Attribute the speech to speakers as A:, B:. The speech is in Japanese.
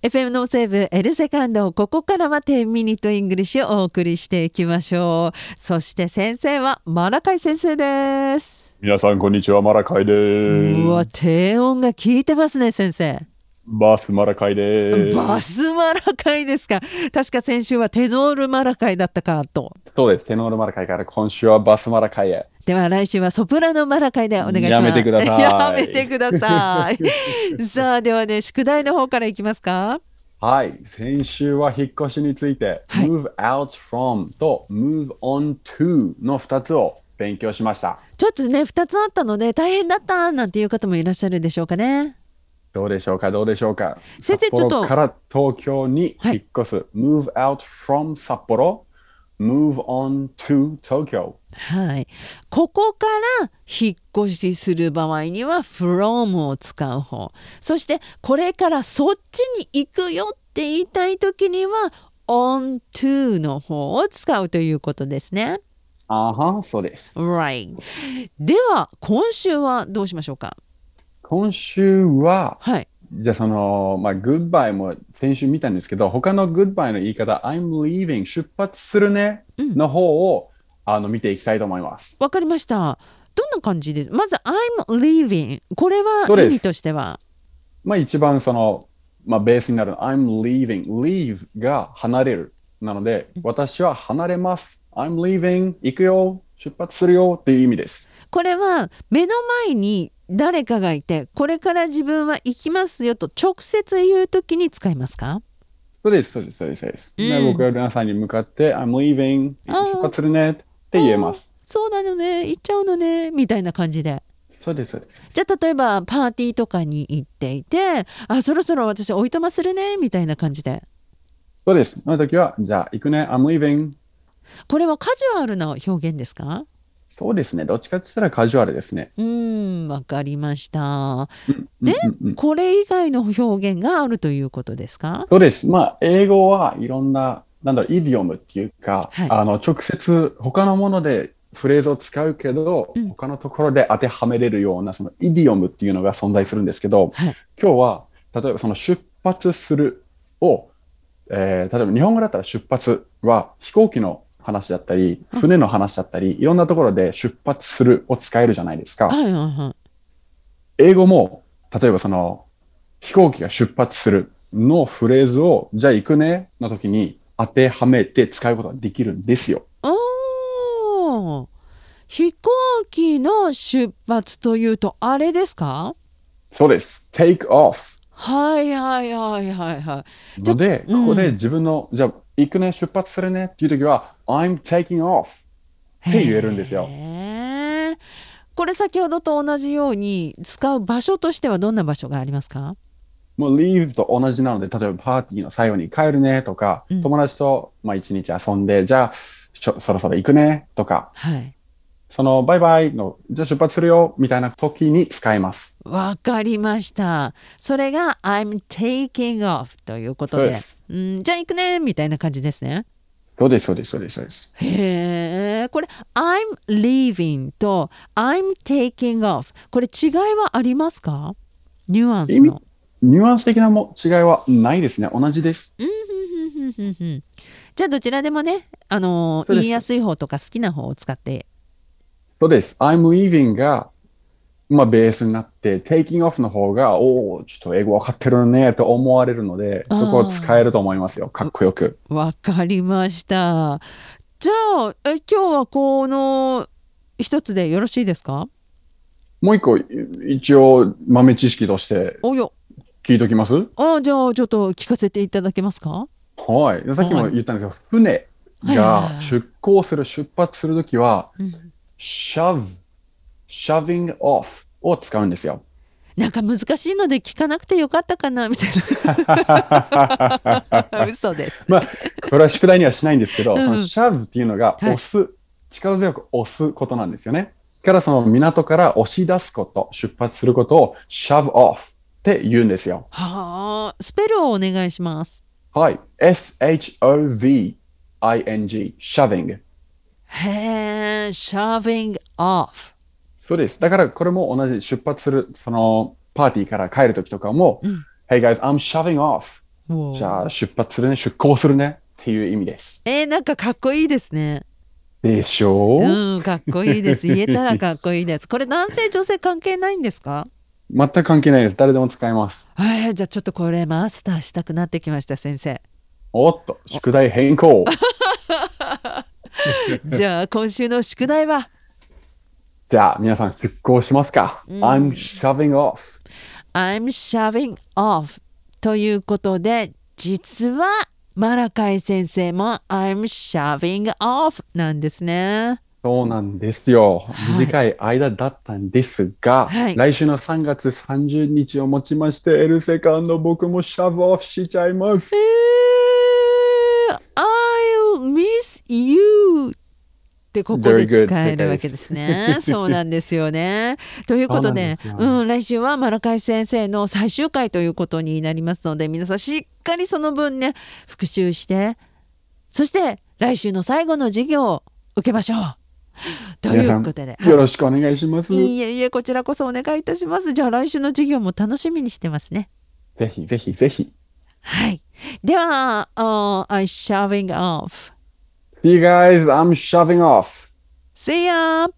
A: FM の西部エルセカンドここからは10ミニットイングリッシュをお送りしていきましょうそして先生はマラカイ先生です
B: 皆さん、こんにちは。マラカイで
A: うわ
B: ーす。
A: 低音が効いてますね先生
B: バスマラカイでーす。
A: バスマラカイですか確か先週はテノールマラカイだったかと
B: そうです。テノールマラカイから今週はバスマラカイへ。
A: では来週はソプラノマラカイでお願いします
B: やめてください
A: やめてくださ いさあではね宿題の方からいきますか
B: はい。先週は引っ越しについて、
A: はい
B: move out from と move on to の2つを勉強しました。
A: ちょっとね2つあったので大変だったなんていう方もいらっしゃるでしょうかね
B: どうでしょうかどうでしょうか
A: 先生
B: 札幌
A: ちょっと
B: から東京に
A: はい
B: 引っ越す、move out from 札幌 move on to 東京
A: はいここから引っ越しする場合には from を使う方そしてこれからそっちに行くよって言いたい時には on to の方を使うということですね
B: あはそうです
A: Right では今週はどうしましょうか
B: 今週は
A: はい
B: じゃあそのまあグッバイも先週見たんですけど他のグッバイの言い方 I'm leaving 出発するね
A: うん
B: の方を、あの見ていきたいと思います
A: わかりました。どんな感じですまず、I'm leaving。これは
B: そう
A: 意
B: です
A: 味としては。
B: まあ一番そのまあベースになるの I'm leaving leave が離れるなので私は離れます I'm leaving 行くよ出発するよっていう意味です
A: これは目の前に誰かがいて、これから自分は行きますよと直接言うときに使いますか
B: そうですそうですそうですそうです、
A: うん
B: で僕はルナさんに向かって I'm leaving
A: あー
B: 出発するねって言えます
A: そうなのね、行っちゃうのね、みたいな感じで。
B: そうですそうです
A: じゃあ、例えばパーティーとかに行っていて、あ、そろそろ私おいとまするね、みたいな感じで。
B: そうですその時はじゃあ行くね I'm leaving
A: これはカジュアルな表現ですか
B: そうですね。どっちかって言ったらカジュアルですね。
A: うーん、わかりました。
B: で、
A: これ以外の表現があるということですか
B: そうです。まあ、英語はいろんな、なんだろう、イディオムっていうか、
A: はい
B: あの、直接他のものでフレーズを使うけど、
A: うん
B: 他のところで当てはめれるような、そのイディオムっていうのが存在するんですけど、
A: はい
B: 今日は、例えばその出発するを、えー例えば日本語だったら出発は飛行機の話だったり、船の話だったり、いろんなところで出発するを使えるじゃないですか。
A: はいはいはい。
B: 英語も例えばその飛行機が出発するのフレーズをじゃあ行くねの時に当てはめて使うことができるんですよ。
A: おー飛行機の出発というとあれですか
B: そうです。take off。
A: はいはいはいはいはい。じゃ
B: ので、
A: うん
B: ここで自分の、じゃあ行くね、出発するねっていう時は I'm taking off って言えるんですよ。
A: へーこれ先ほどと同じように使う場所としてはどんな場所がありますか
B: もう leave と同じなので、例えばパーティーの最後に帰るねとか、
A: うん
B: 友達とまあ一日遊んで、じゃあしょそろそろ行くねとか、
A: はい。
B: そのバイバイのじゃあ出発するよみたいな時に使います。
A: わかりました。それが I'm taking off ということ
B: そう
A: で
B: で。
A: うん、じゃあ行くねみたいな感じですね。
B: そうです、そうです、そうです、そうです。
A: へえ、これ I'm leaving と I'm taking off これ違いはありますか？ニュアンス
B: 意味
A: の。
B: ニュアンス的なも違いはないですね。同じです。
A: うんふんふんふんふんふん じゃあどちらでもね、あのー
B: そうです
A: 言いやすい方とか好きな方を使って。
B: そうです。I'm leaving が、まあ、ベースになって、taking off の方が、おお、ちょっと英語分かってるねと思われるので、
A: あー
B: そこを使えると思いますよ。かっこよく。
A: わかりました。じゃあえ今日はこの一つでよろしいですか？
B: もう一個、い一応、豆知識として
A: およ。
B: 聞いときます
A: あじゃあちょっと聞かせていただけますか？
B: はい。でさっきも言ったんですけど、船が出港する、出発するときは、
A: うん、
B: shove、shoving off を使うんですよ。
A: なんか難しいので聞かなくてよかったかなみたい な。嘘です。
B: まあ、これは宿題にはしないんですけど、
A: うん
B: そのシャーブっていうのが
A: はい
B: 押す、力強く押すことなんですよね。からその港から押し出すこと、出発することを shove off って言うんですよ。
A: はあ、スペルをお願いします。
B: はい。s-h-o-v-i-n-g、shoving。
A: へえ、shoving off。
B: そうです。だからこれも同じ出発する、そのパーティーから帰るときとかも、
A: うん
B: Hey guys, I'm shoving off
A: もう
B: じゃあ出発するね、出航するねっていう意味です。
A: えーなんかかっこいいですね。
B: でしょう、
A: うん、かっこいいです。言えたらかっこいいです。これ男性女性関係ないんですか？
B: 全く関係ないです。誰でも使えます。
A: はい、じゃあちょっとこれマスターしたくなってきました先 生。
B: おっと、宿題変更。
A: じゃあ今週の宿題は
B: じゃあ皆さん出航しますか。I'm shoving off。
A: I'm shoving off ということで実はマラカイ先生も I'm shoving off なんですね。
B: そうなんですよ。
A: い
B: 短い間だったんですが、
A: はい
B: 来週の3月30日をもちまして、エルセカンド僕もシャブオフしちゃいます。
A: えー I'll miss you ってここで
B: Very good.
A: 使えるわけですね。 そうなんですよね。ということで
B: そうなんですよ
A: うん、来週はマラカイ先生の最終回ということになりますので皆さんしっかりその分ね復習してそして来週の最後の授業を受けましょう。とい
B: 皆さ、
A: うんことで。
B: よろしくお願いします。
A: いいえいえこちらこそお願いいたします。じゃあ来週の授業も楽しみにしてますね。
B: ぜひぜひぜひ。
A: はい。では、uh, I shoving off.
B: See you guys, I'm shoving off.
A: See ya!